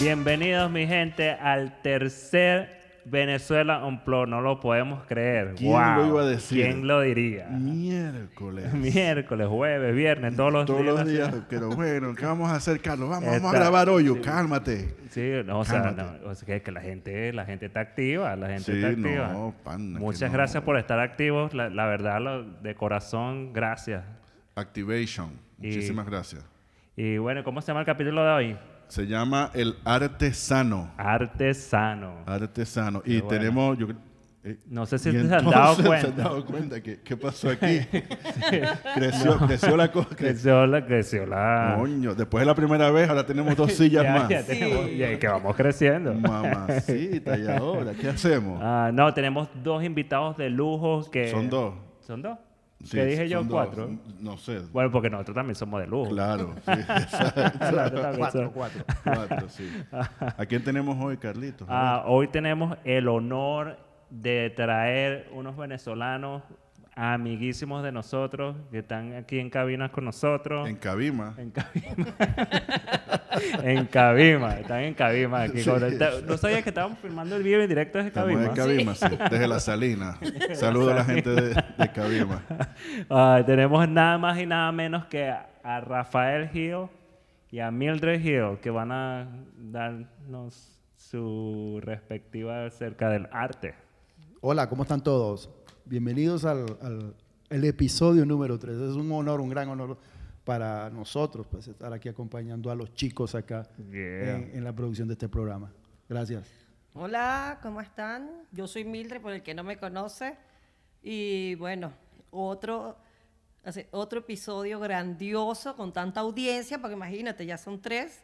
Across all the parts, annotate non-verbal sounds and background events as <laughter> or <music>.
Bienvenidos, mi gente, al tercer Venezuela Unplugged. No lo podemos creer. ¿Quién Guau. lo iba a decir? Mm. ¿Quién lo diría? <laughs> Miércoles. Miércoles, jueves, viernes, todos los Todos días. <laughs> los días. Pero bueno, ¿qué vamos a hacer, Carlos? Vamos, vamos a Está- grabar hoyo, cálmate. Sí, no, o sea, Cálmate. no, o sea, que, que la gente, la gente está activa, la gente Sí, está activa. no, pana, que Muchas no. gracias por estar activos, la, la verdad, lo- de corazón, gracias. Activation. Y- Muchísimas gracias. Y bueno, ¿cómo se llama el capítulo de hoy? Se llama El Artesano. Artesano. Artesano. Y bueno. tenemos. yo cre- eh, No sé si y te has entonces dado <laughs> Se han cuenta. dado cuenta que, qué <laughs> pasó aquí. creció, creció la cosa. Creció la, creció la... Coño, después de la primera vez, ahora tenemos dos sillas Ah. <laughs> Ya, más. ya tenemos- y ahí que vamos creciendo. Mamacita, ¿y ahora qué hacemos? Ah, eh, no, tenemos dos invitados de lujo que... Son dos. ¿Son dos? Sí, que dije yo son dos. cuatro. No sé. Bueno, porque nosotros también somos de lujo. Claro, sí, exacto. <laughs> Nosotros también somos- cuatro. Cuatro, sí. ¿A quién tenemos hoy, Carlitos? Ah, hoy tenemos el honor de traer unos venezolanos amiguísimos de nosotros que están aquí en cabina con nosotros. en Cabima. En cabima. <laughs> en cabima. Están en cabima aquí. Sí. con- Está- No sabía que estaban filmando el video en directo desde Estamos cabima. en Cabima, sí, Desde <laughs> la Salina. Saludo a la gente de, de Cabima. Ah, tenemos nada más y nada menos que a, a Rafael Hill y a Mildred Hill que van a darnos su respectiva acerca del arte. Hola, ¿cómo están todos? Bienvenidos al, al- el episodio número 3. Es un honor, un gran honor para nosotros pues, estar aquí acompañando a los chicos acá Yeah. en, en la producción de este programa. Gracias. Hola, ¿cómo están? Yo soy Mildred, por el que no me conoce. Y bueno, otro, hace- otro episodio grandioso con tanta audiencia, porque imagínate, ya son tres.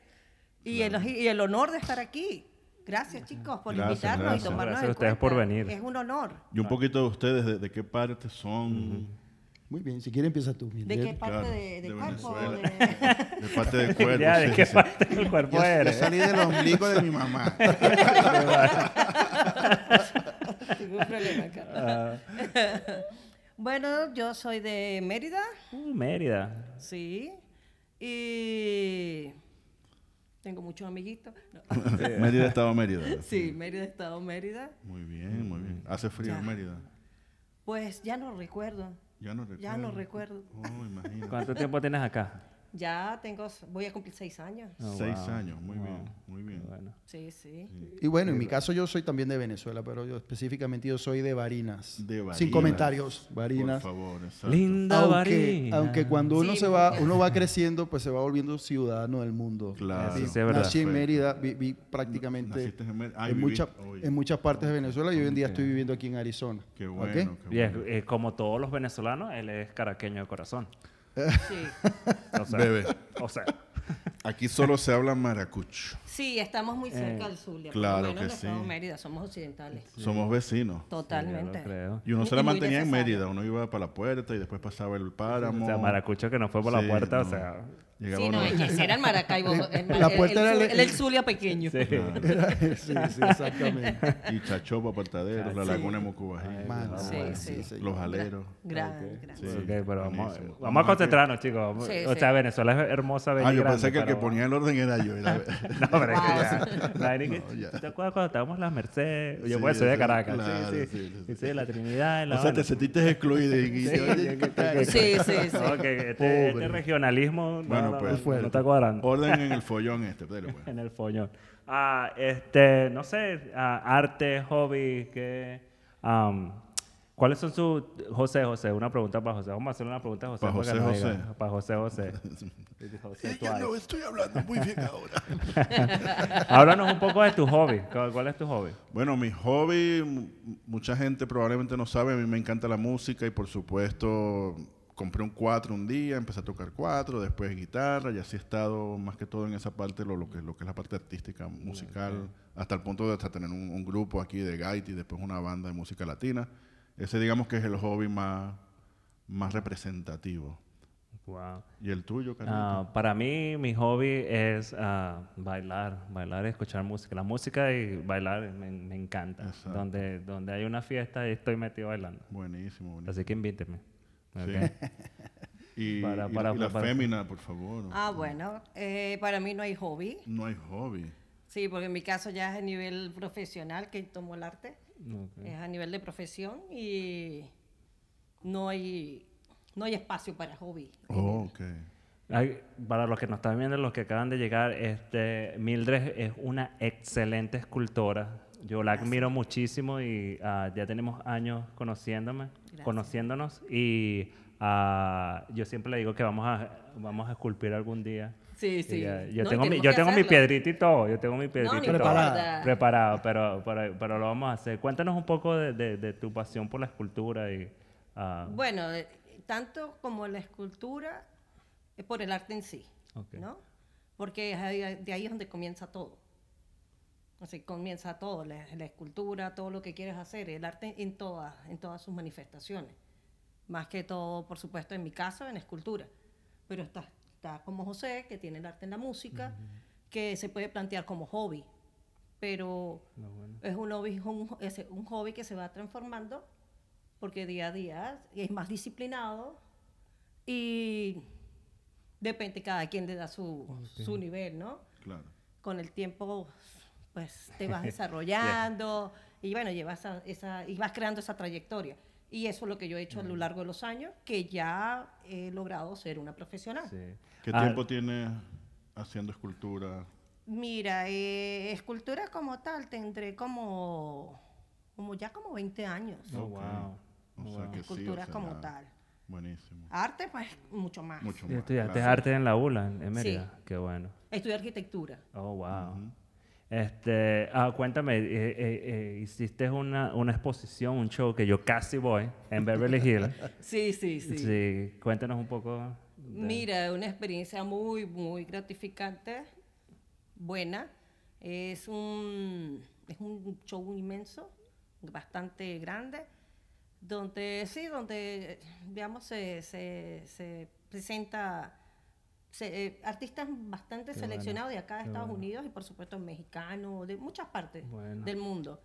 Y, el, y el honor de estar aquí. Gracias, chicos, por Gracias, invitarnos gracias. y tomarnos Gracias a en ustedes cuenta. por venir. Es un honor. Y Ah. un poquito de ustedes, de, de qué parte son. Muy bien, si quiere empieza tú. ¿De qué Mildred. parte Claro, de, de de cuerpo? Venezuela. De- De parte del cuerpo. <laughs> ya, ¿de sí, qué sí. parte del cuerpo Yo, yo eres? salí del ombligo de mi mamá. <laughs> Tengo un problema acá. Ah. <laughs> bueno, yo soy de Mérida, Uh, Mérida. sí. Y tengo muchos amiguitos. No. <laughs> Mérida, Estado Mérida. Sí, Mérida, Estado Mérida. Muy bien, muy Mm. bien. Hace frío en Mérida. Pues ya no recuerdo. Ya no recuerdo. Ya no recuerdo. Oh, imagínate. ¿Cuánto tiempo tienes acá? Ya tengo, voy a cumplir seis años. Oh, Seis wow. años, muy bien, muy bien. Bueno. Sí, sí. Y bueno, en mi caso yo soy también de Venezuela, pero yo específicamente yo soy de Varinas. De Sin Barinas. comentarios, Por Varinas. favor, exacto. Linda Aunque, varina. aunque cuando uno Sí. se va, uno va creciendo, pues se va volviendo ciudadano del mundo. Claro. Sí, Sí, sí, es verdad. Nací en Perfecto. Mérida, viví prácticamente Naciste en Mer- ah, en, viví- mucha- oye, en muchas partes de Venezuela y hoy en día estoy viviendo aquí en Arizona. Qué ¿Ok? bueno, <laughs> qué Y es- bueno. eh, como todos los venezolanos, él es caraqueño de corazón. Sí. O sea, Bebé, O sea, aquí solo se habla maracucho. Sí, estamos muy cerca del Zulia. por lo claro menos que el Estado sí. Mérida, somos occidentales. Somos vecinos. yo Totalmente. lo creo. Y uno Y- se la y muy mantenía en necesario. Mérida. Uno iba para la puerta y después pasaba el páramo. O sea, Maracucho que no fue por la Sí, puerta, o no. sea. Llegaba sí, uno- no, es que ese era el Maracaibo. El, La puerta el, era el, el- el Zulia pequeño. Sí. <laughs> Era- sí, sí, exactamente. Y Chachopa, Apartadero, La Laguna de Mocubají, Mano, Sí, bueno, sí. señor. Los Aleros. Gran, gran. Sí. Ok, pero vamos, buenísimo. vamos a concentrarnos, chicos. Vamos- Sí, o sí. sea, Venezuela es hermosa, bella Ah, y yo grande, pensé que el que pero- ponía el orden era yo. era- <laughs> No, pero es que ya- Ah, <laughs> la vaina es que- No, ya. ¿Te acuerdas cuando estábamos en las Mercedes? Yo Sí, pues soy de sí, Caracas. claro, sí, sí. sí, sí, sí, la Trinidad. La o sea, te vaina. sentiste excluido. y- y- Sí, <laughs> oye, que- que- Sí, sí, sí. No, que este, este Pobre. regionalismo no, Bueno, no, pues, no, no fuerte. está cuadrando Orden en el follón este. dale, pues. en el follón. Ah, este, no sé, ah, arte, hobby, que, ¿cuáles son sus... José, José, una pregunta para José. Vamos a hacer una pregunta a José. Para para que José, nos diga. José. Para José, <laughs> José. José Eh, yo Tuárez. no estoy hablando muy <laughs> bien ahora. Háblanos un poco de tu hobby. ¿Cuál cuál es tu hobby? Bueno, mi hobby, m- mucha gente probablemente no sabe, a mí me encanta la música y por supuesto compré un cuatro un día, empecé a tocar cuatro, después guitarra y así he estado más que todo en esa parte, lo, lo que, lo que es la parte artística, musical, hasta el punto de hasta tener un, un grupo aquí de gaita y después una banda de música latina. Ese digamos que es el hobby más, más representativo. Wow. ¿Y el tuyo, Carlito? Ah, para mí, mi hobby es ah, bailar, bailar y escuchar música. La música y bailar me, me encanta. Exacto. Donde, donde hay una fiesta, ahí estoy metido bailando. Buenísimo, buenísimo. Así que invíteme. Sí. <laughs> Ok. Y, Para- y- para- y la para- fémina, por favor. Ah, bueno, eh, para mí no hay hobby. No hay hobby. Sí, porque en mi caso ya es a nivel profesional que tomo el arte. Ok. Es a nivel de profesión y no hay, no hay espacio para hobby. Oh, ok. Ay, para los que nos están viendo, los que acaban de llegar, este, Mildred es una excelente escultora. Yo la admiro muchísimo y ah, ya tenemos años conociéndome, Gracias. conociéndonos y ah, yo siempre le digo que vamos a, vamos a esculpir algún día. Sí, Y sí. ya- yo No, y tengo, mi, tenemos yo que tengo mi hacerlo. piedrita y todo, yo tengo mi piedrita y todo. Preparada. importa. Preparado, pero, pero, pero lo vamos a hacer. Cuéntanos un poco de, de- de tu pasión por la escultura y... ah, Bueno, eh, tanto como la escultura es por el arte en sí, Ok. ¿no? Porque es ahí- de ahí es donde comienza todo. Así comienza todo, la, la escultura, todo lo que quieres hacer, el arte en todas, en todas sus manifestaciones. Más que todo, por supuesto, en mi caso, en escultura. Pero está, está como José, que tiene el arte en la música, que se puede plantear como hobby. Pero no, bueno. es un hobby, un- es un hobby que se va transformando porque día a día es más disciplinado y depende, cada quien le da su, su nivel, ¿no? Claro. Con el tiempo, pues te vas desarrollando y bueno, llevas a- esa, y vas creando esa trayectoria. Y eso es lo que yo he hecho a lo largo de los años, que ya he logrado ser una profesional. Sí. ¿Qué Ah, tiempo tienes haciendo escultura? Mira, eh, escultura como tal tendré como, como ya como 20 años. Oh, Ok. wow. O Oh, sea wow. que sí, o Escultura sea, como ya. tal. Ah. Buenísimo. Arte, pues mucho más. Mucho Y más. estudiaste claro. arte en la ULA, en en Mérida. Qué bueno. Estudié arquitectura. Oh, wow. Este, ah, cuéntame, eh, eh, eh, hiciste una, una exposición, un show que yo casi voy en Beverly Hills. Sí, sí, sí. sí. cuéntanos un poco. de- Mira, una experiencia muy, muy gratificante, buena. Es un, es un show inmenso, bastante grande, donde sí, donde, eh, digamos, se, se, se presenta se- eh, artistas bastante Qué bueno, seleccionados de acá de qué Estados bueno. Unidos y, por supuesto, mexicanos, de muchas partes Bueno. del mundo.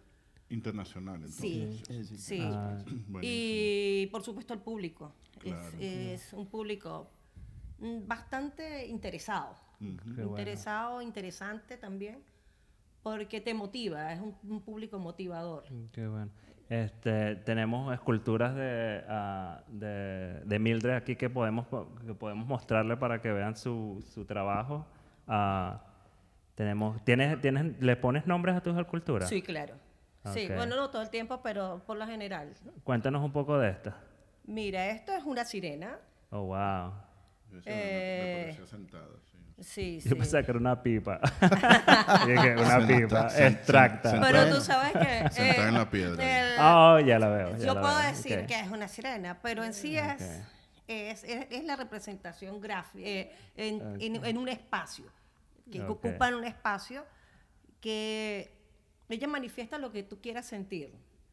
Internacional, entonces. Sí, Sí, sí. sí. Ah, Buenísimo. Y por supuesto el público. Es- Claro. Es, un público mm, bastante interesado. Ujú. Qué bueno. interesado, interesante también, porque te motiva, es un, un público motivador. qué bueno. Este, tenemos esculturas de, ah, de, de Mildred aquí que podemos, po- que podemos mostrarle para que vean su, su trabajo. Ah, tenemos, ¿tienes, tienes, ¿Le pones nombres a tus esculturas? Sí, claro. Sí, Ok. bueno, no todo el tiempo, pero por lo general. Cuéntanos un poco de esta. Mira, esto es una sirena. Oh, wow. Esa me- me Eh, parecía sentada, sí. Sí, sí. Yo pensaba que era una pipa. <laughs> Dije, una Senta- pipa sen- sen- extracta. sen- Pero Bueno, tú sabes que... sentada en la piedra. el- Oh, ya la veo. ya Yo la puedo veo. decir Ok. que es una sirena, pero en sí es, Ok. es, es- es la representación gráfica en, en- en un espacio, que Ah, Ok. ocupan un espacio que ella manifiesta lo que tú quieras sentir.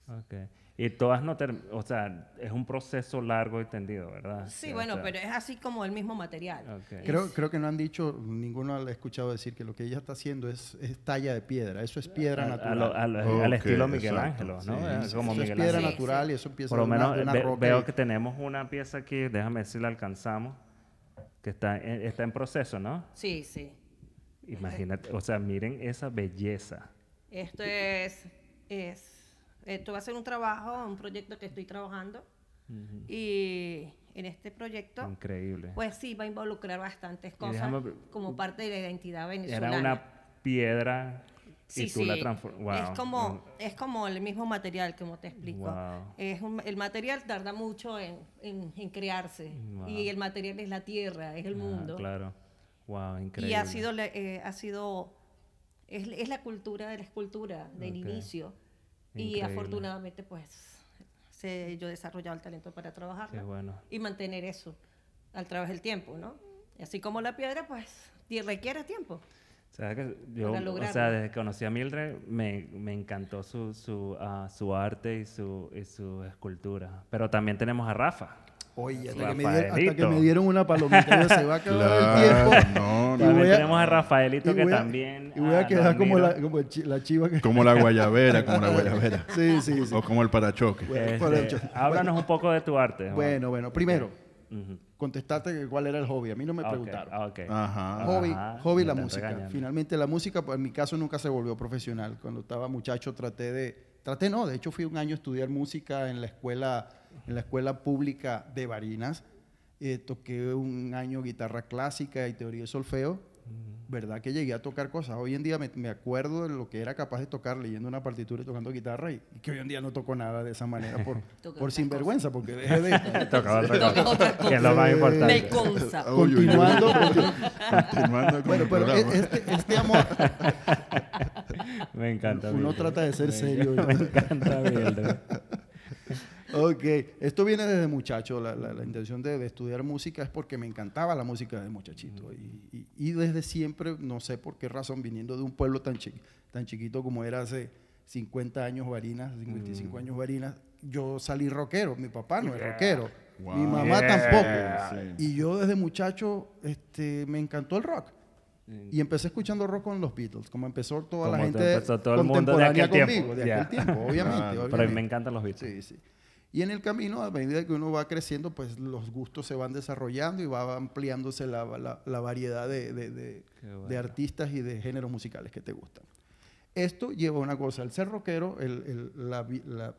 Ok. Y todas no terminan. O sea, es un proceso largo y tendido, ¿verdad? Sí, O bueno, sea, pero es así como el mismo material. Ah, ok. Creo, creo que no han dicho, ninguno le ha escuchado decir que lo que ella está haciendo es, es talla de piedra. Eso es piedra A- a natural. lo- a lo- Al Ok, estilo Miguel exacto. Ángel, ¿no? Eh, Sí, sí, Como Eso es Miguel piedra Ángel. Ángel. natural y eso empieza Por lo de una- menos de una ve- roca veo y- que tenemos una pieza aquí, déjame ver si la alcanzamos, que está en, está en proceso, ¿no? Sí, sí. Imagínate, o sea, miren esa belleza. Esto es, es, esto va a ser un trabajo, un proyecto que estoy trabajando y en este proyecto... Increíble. Pues sí, va a involucrar bastantes cosas déjame- como parte de la identidad venezolana. Era una piedra y Sí, tú la sí. transformas. Es como, es como el mismo material, como te explico. Wow. Es un- el material tarda mucho en, en- en crearse. Wow. Ah, Y el material es la tierra, es el mundo. claro. Wow, increíble. y ha sido, la- eh, ha sido es, es la cultura de la escultura del Ok. inicio. Y Increíble. afortunadamente, pues, se, yo he desarrollado el talento para trabajar Qué bueno. y mantener eso al través del tiempo, ¿no? Así como la piedra, pues, ti- requiere tiempo. O sea, que yo, Para o lograrlo. sea, desde que conocí a Mildred, me, me encantó su, su, ah, su arte y su, y su escultura. Pero también tenemos a Rafa. Oye, hasta que, me Rafaelito. dieron, hasta que me dieron una palomita, ya se va a acabar el Claro, tiempo. no, <laughs> no. Y También voy a- tenemos a Rafaelito, que voy a- también... Y voy a ah, lo quedar como, la, admiro. como el chi- la chiva que. <laughs> Como la guayabera, como la guayabera. Sí, sí, sí. O como el parachoque. Bueno, Este, por el cho- háblanos un poco de tu arte. Juan. Bueno, bueno, primero, contestaste cuál era el hobby. A mí no me Ah, ok, preguntaron. ah, ok. Ajá. Hobby, Ajá, hobby me la estás música. regañando. Finalmente la música, pues, en mi caso nunca se volvió profesional. Cuando estaba muchacho traté de, traté no, de hecho fui un año a estudiar música en la escuela, en la escuela pública de Barinas. Eh, toqué un año guitarra clásica y teoría de solfeo. ¿Verdad que llegué a tocar cosas? Hoy en día me, me acuerdo de lo que era capaz de tocar leyendo una partitura y tocando guitarra y, y que hoy en día no toco nada de esa manera por, Toca por otras sinvergüenza, porque dejé <laughs> de... <laughs> Toca otra Toca cosa, otra Que es lo cosa. más Me importante. consta. Ah, uy, uy, uy. Continuando, continu- Continuando con <laughs> bueno, el pero programa. e- este- este amor, Me encanta. Uno Mildred. trata de ser Me- serio, <laughs> Me ¿no? <laughs> encanta, Mildred. Ok, esto viene desde muchacho, la, la- la intención de, de estudiar música es porque me encantaba la música desde muchachito y, y- y desde siempre, no sé por qué razón, viniendo de un pueblo tan, chi- tan chiquito como era hace 50 años Barinas, 55 Mm. años Barinas, yo salí rockero, mi papá no es rockero, Wow. mi mamá Yeah. tampoco y yo desde muchacho este, me encantó el rock. Y empecé escuchando rock con los Beatles, como empezó toda la Mm. Como gente empezó todo el mundo de contemporánea aquel tiempo. conmigo, de Yeah. Ah, aquel tiempo, obviamente. Claro, Pero a mí obviamente. me encantan los Beatles. Sí, sí. Y en el camino, a medida que uno va creciendo, pues los gustos se van desarrollando y va ampliándose la, la- la variedad de, de- de- Qué de bueno. artistas y de géneros musicales que te gustan. Esto lleva a una cosa, el ser rockero, el- el- la vi- la-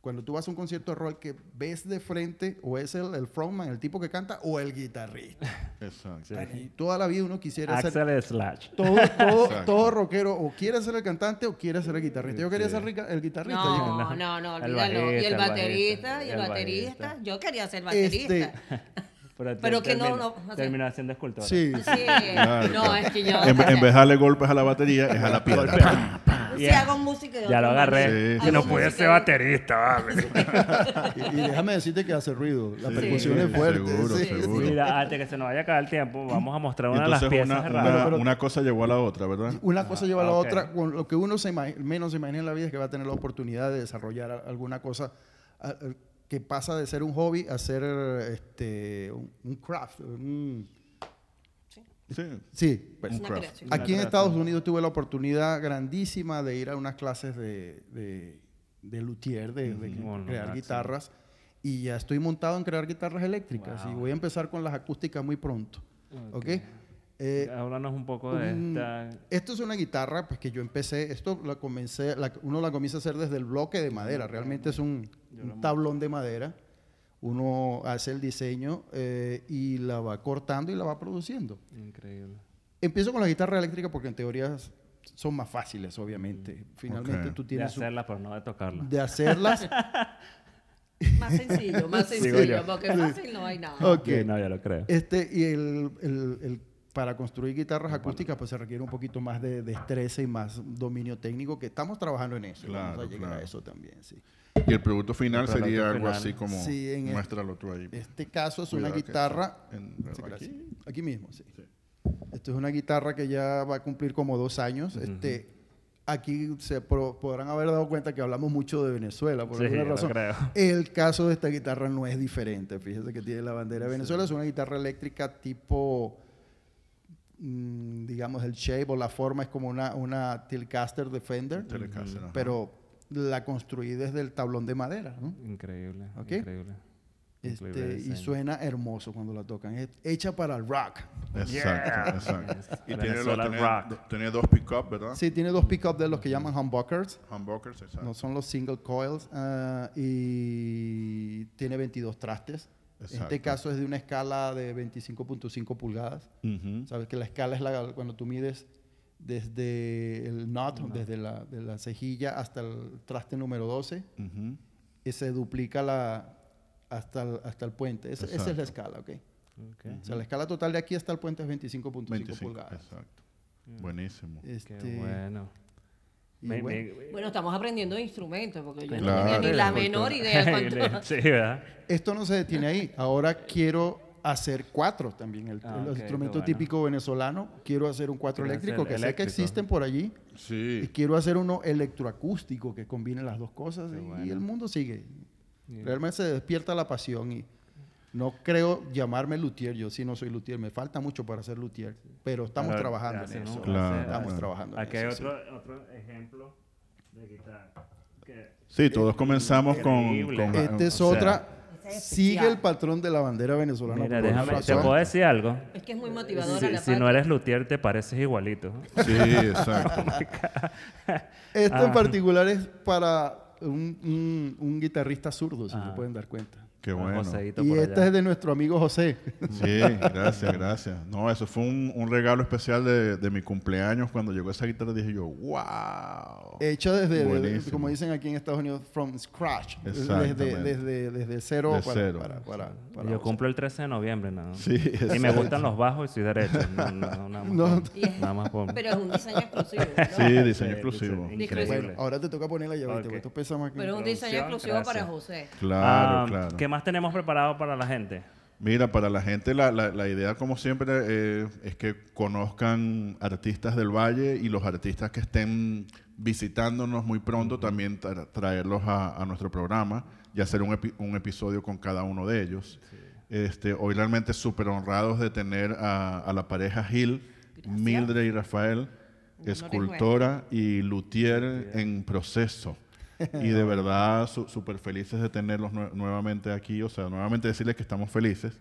cuando tú vas a un concierto de rock que ves de frente o es el, el frontman, el tipo que canta, o el guitarrista. Exacto. Y toda la vida uno quisiera ser Axel Slash. todo, todo, Exacto. todo rockero o quiere ser el cantante o quiere ser el guitarrista. Yo quería Sí. ser rica- el guitarrista. Yo- no. No, no, no, El olvídalo. y el bajista, el bajista, baterista, y el el baterista. bajista. Yo quería ser baterista. Este, Pero Pero que que no, terminó, no, o sea- terminó haciendo escultura. sí, Sí, Claro, no, claro. es que yo. En, <laughs> en vez de darle golpes a la batería, es a la piedra. ¡Pam! Si Ya. hago música de Ya lo otra manera. agarré. Sí, Que sí, no sí. pude ser baterista. vale. Y, y déjame decirte que hace ruido. La Sí, percusión es fuerte. seguro, Sí, seguro. Mira, antes que se nos vaya a acabar el tiempo, vamos a mostrar una Entonces, de las una, piezas una- raras. pero- una cosa llevó a la otra, ¿verdad? Una cosa lleva a la ah, ok. otra. Con lo que uno se ima- menos se imagina en la vida es que va a tener la oportunidad de desarrollar a- alguna cosa a- a- que pasa de ser un hobby a ser este, un, un craft. un- Sí. sí. Pues, Es un una craft. creación. Aquí en Estados Unidos tuve la oportunidad grandísima de ir a unas clases de, de, de luthier, de, de Ujú. Bueno, crear máximo. guitarras. Y ya estoy montado en crear guitarras eléctricas. Wow. Y voy a empezar con las acústicas muy pronto. ¿Ok? Eh, Háblanos un poco de un- esta. Esto es una guitarra pues, que yo empecé, esto la comencé, la- uno la comienza a hacer desde el bloque de madera, realmente es un, un tablón de madera, uno hace el diseño eh, y la va cortando y la va produciendo. Increíble. Empiezo con la guitarra eléctrica porque en teoría s- son más fáciles, obviamente. Finalmente Ok. tú De tienes un- hacerla, pero no de tocarla. de hacerlas. Más sencillo, más Sigo yo. sencillo, porque fácil no hay nada. ok. Sí, No, ya lo creo. Este, y el, el- el- para construir guitarras acústicas, pues se requiere un poquito más de destreza y más dominio técnico, que estamos trabajando en eso. Claro, vamos a llegar claro. a eso también, sí. Y el producto final El producto sería algo final. así como Sí, en el- muéstralo tú ahí. Este caso es una Cuidado que guitarra. está en- Sí, gracias. aquí. aquí. mismo, sí. Esto es una guitarra que ya va a cumplir como dos años. este, aquí se pro- podrán haber dado cuenta que hablamos mucho de Venezuela, por Sí, alguna lo razón. creo. El caso de esta guitarra no es diferente. Fíjese que tiene la bandera de Venezuela. Es una guitarra eléctrica tipo, mm, digamos, el shape o la forma es como una, una Telecaster Defender, Telecaster, ajá. pero la construí desde el tablón de madera. ¿no? Increíble. Ok. Increíble. Este, Increíble y diseño. suena hermoso cuando la tocan. Es hecha para el rock. Exacto, exacto. Y tiene, lo- Venezuela tiene- Rock. tiene dos pick-up, ¿verdad? Sí, tiene dos pickups de los que llaman humbuckers. Humbuckers, exacto. No son los single coils. ah, y tiene 22 trastes. Este Exacto. caso es de una escala de 25.5 pulgadas. Ujú. Sabes que la escala es la, cuando tú mides desde el knot, desde la, de la cejilla hasta el traste número 12. Ujú. Y se duplica la, hasta, el, hasta el puente. Esa- esa es Exacto. la escala, ¿ok? Ok. O sea, la escala total de aquí hasta el puente es 25.5 25, pulgadas. exacto. Mm. Buenísimo. Qué Este, bueno. y Me- bueno, me- Bueno, estamos aprendiendo instrumentos, porque Pues, yo Claro. no tenía ni la Porque- menor <laughs> idea cuánto. sí, ¿verdad? Esto no se detiene ahí. Ahora quiero hacer cuatro también. El, Ah, el ok, qué instrumento bueno. típico venezolano. Quiero hacer un cuatro Quiero eléctrico, hacer que sé que eléctrico. existen por allí. Y Sí. quiero hacer uno electroacústico que combine las dos cosas. Qué y bueno. el mundo sigue. Bien. Realmente se despierta la pasión y no creo llamarme luthier. Yo sí no soy luthier. Me falta mucho para ser luthier. Pero estamos Pero trabajando hace en eso. nunca, Claro, hace- Estamos hace- trabajando en Aquí hay eso, sí. otro, otro ejemplo de guitarra. que- Sí, todos comenzamos con, Increíble. con la- Esta Este es o sea, otra. Esa Sigue el especial. patrón de la bandera venezolana. Mira, por una déjame, ¿te razón. puedo decir algo? <laughs> Es que es muy motivador a Si, la si no patria. eres luthier, te pareces igualito. Sí, exacto. <laughs> Esto en Ah. particular es para un, un- un guitarrista zurdo, si se pueden dar cuenta. Qué bueno. Joseito Y Ah. por esta allá. es de nuestro amigo José. Sí, gracias, gracias. No, eso fue un, un regalo especial de, de mi cumpleaños. Cuando llegó esa guitarra dije yo, Oh. wow. Eh, Hecha desde, Buenísimo. como dicen aquí en Estados Unidos, from scratch. Desde, Exactamente. desde, desde cero, De para, cero. para- para- para Yo José. cumplo el 13 de noviembre, ¿no? Sí, Y me exacto. gustan los bajos y soy derecho. No, no, nada más No. <laughs> por- Y es- nada más por- Pero es un diseño exclusivo. ¿no? Sí, diseño Sí, exclusivo. diseño Bueno, Increíble. ahora te toca poner la llavita, Ok. porque esto pesa más que- Pero es un diseño Producción, exclusivo para gracias. José. Claro, Ah, claro. ¿Qué más tenemos preparado para la gente? Mira, para la gente la, la- la idea, como siempre, eh, es que conozcan artistas del Valle y los artistas que estén visitándonos muy pronto también tra- traerlos a, a nuestro programa y hacer un, epi- un episodio con cada uno de ellos. Este, hoy realmente súper honrados de tener a, a la pareja Gil, Mildred y Rafael, escultora y luthier en proceso. Y de verdad, su- súper felices de tenerlos nue- nuevamente aquí. O sea, nuevamente decirles que estamos felices.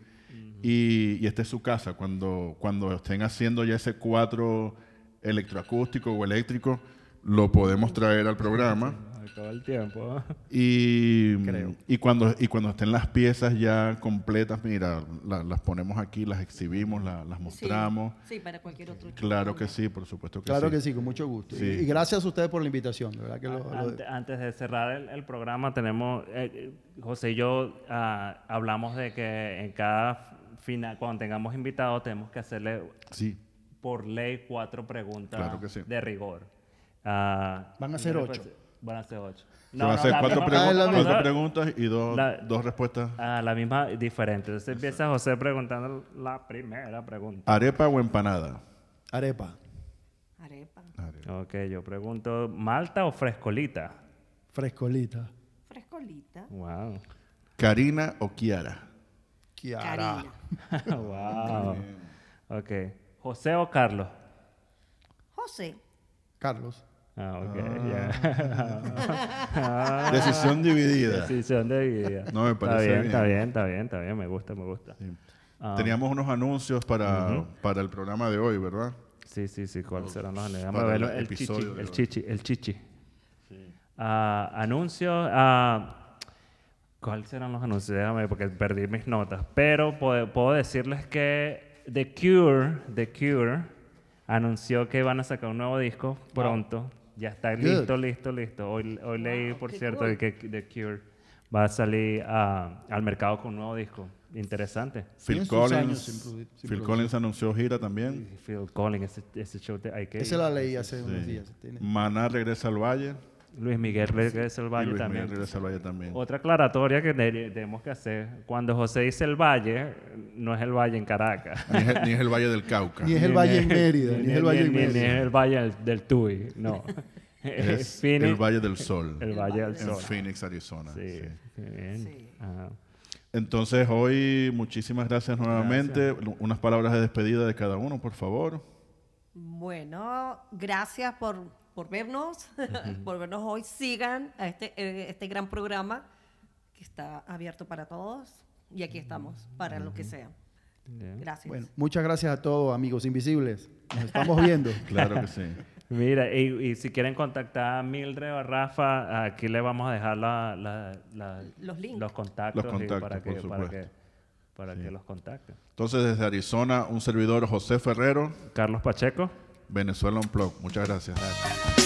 y, y esta es su casa. Cuando, cuando estén haciendo ya ese cuatro electroacústico o eléctrico, lo podemos traer al programa. Acaba el tiempo. Y, Creo. y, cuando, y cuando estén las piezas ya completas, mira, la- las ponemos aquí, las exhibimos, la- las Sí. mostramos. Sí, para cualquier otro chico. Claro que sí, por supuesto que Claro sí. que sí, con mucho gusto. Sí. Y, y gracias a ustedes por la invitación, de verdad que lo- lo- Ante- antes de cerrar el, el programa, tenemos. eh, eh, José y yo ah, hablamos de que en cada final, cuando tengamos invitados, tenemos que hacerle Sí. por ley cuatro preguntas Claro que sí. de rigor. Ah, Van a ser entonces, ocho. Van a ser ocho. Se van a hacer la cuatro, misma pregun- Ah, la pregunta, cuatro ¿verdad? preguntas y dos, La- dos respuestas. Ah, la misma, diferente. Entonces empieza José preguntando la primera pregunta. ¿Arepa o empanada? Arepa, Arepa. Ok, yo pregunto, ¿malta o frescolita? frescolita, Frescolita. Wow. <laughs> ¿Karina o Kiara? Kiara, Karina. wow. Ok. ¿José o Carlos? José. Carlos. Ah, ok, <laughs> ya. Decisión dividida. Decisión de vida. No, me parece bien. Está bien, está bien, está bien. Me gusta, me gusta. Sí. Ah, Teníamos unos anuncios para, para el programa de hoy, ¿verdad? Sí, sí, sí, ¿cuál será? No, le vamos para a ver el el chichi, episodio de el hoy. chichi, el chichi. Ah, anuncios. ah, ¿Cuáles serán los anuncios? Déjame, porque perdí mis notas. Pero puedo, puedo decirles que The Cure, The Cure, anunció que van a sacar un nuevo disco pronto. Ya está listo, listo, listo. Hoy, hoy leí, por cierto, que The Cure va a salir ah, al mercado con un nuevo disco. Interesante. Phil sus Collins, años sin produ- sin Phil producir. Collins anunció gira también. Phil Collins, ese, ese show de hay que Esa ir. la leí hace unos días. tiene- Maná regresa al Valle. Luis Miguel regresa al y Valle Luis también. Miguel regresa al Valle también. Otra aclaratoria que de- tenemos que hacer. Cuando José dice el Valle, no es el Valle en Caracas. Ni es, ni es el Valle <laughs> del Cauca. Ni es el Valle en Mérida, ni es el Valle en ni- ni- ni es Mérida. el Valle del- del Tuy, no. <laughs> Es Phoenix, el Valle del Sol. el Valle del en Sol. Phoenix, Arizona. Sí, sí. qué bien. Ajá. Entonces, hoy, muchísimas gracias nuevamente. Unas palabras de despedida de cada uno, por favor. Bueno, gracias por, por vernos, <laughs> por vernos hoy. Sigan a este, eh, este gran programa que está abierto para todos y aquí estamos para lo que sea. Bien. Gracias. Bueno, muchas gracias a todos, amigos invisibles. Nos estamos viendo. Claro que sí. Mira, y, y si quieren contactar a Mildred o a Rafa, aquí les vamos a dejar la- la- la- Los links. contactos, Los sí, para, contactos, que, por para, que, supuesto. para que los contacten. Entonces, desde Arizona, un servidor José Ferrero, Carlos Pacheco. Venezuela Unplugged. Muchas gracias.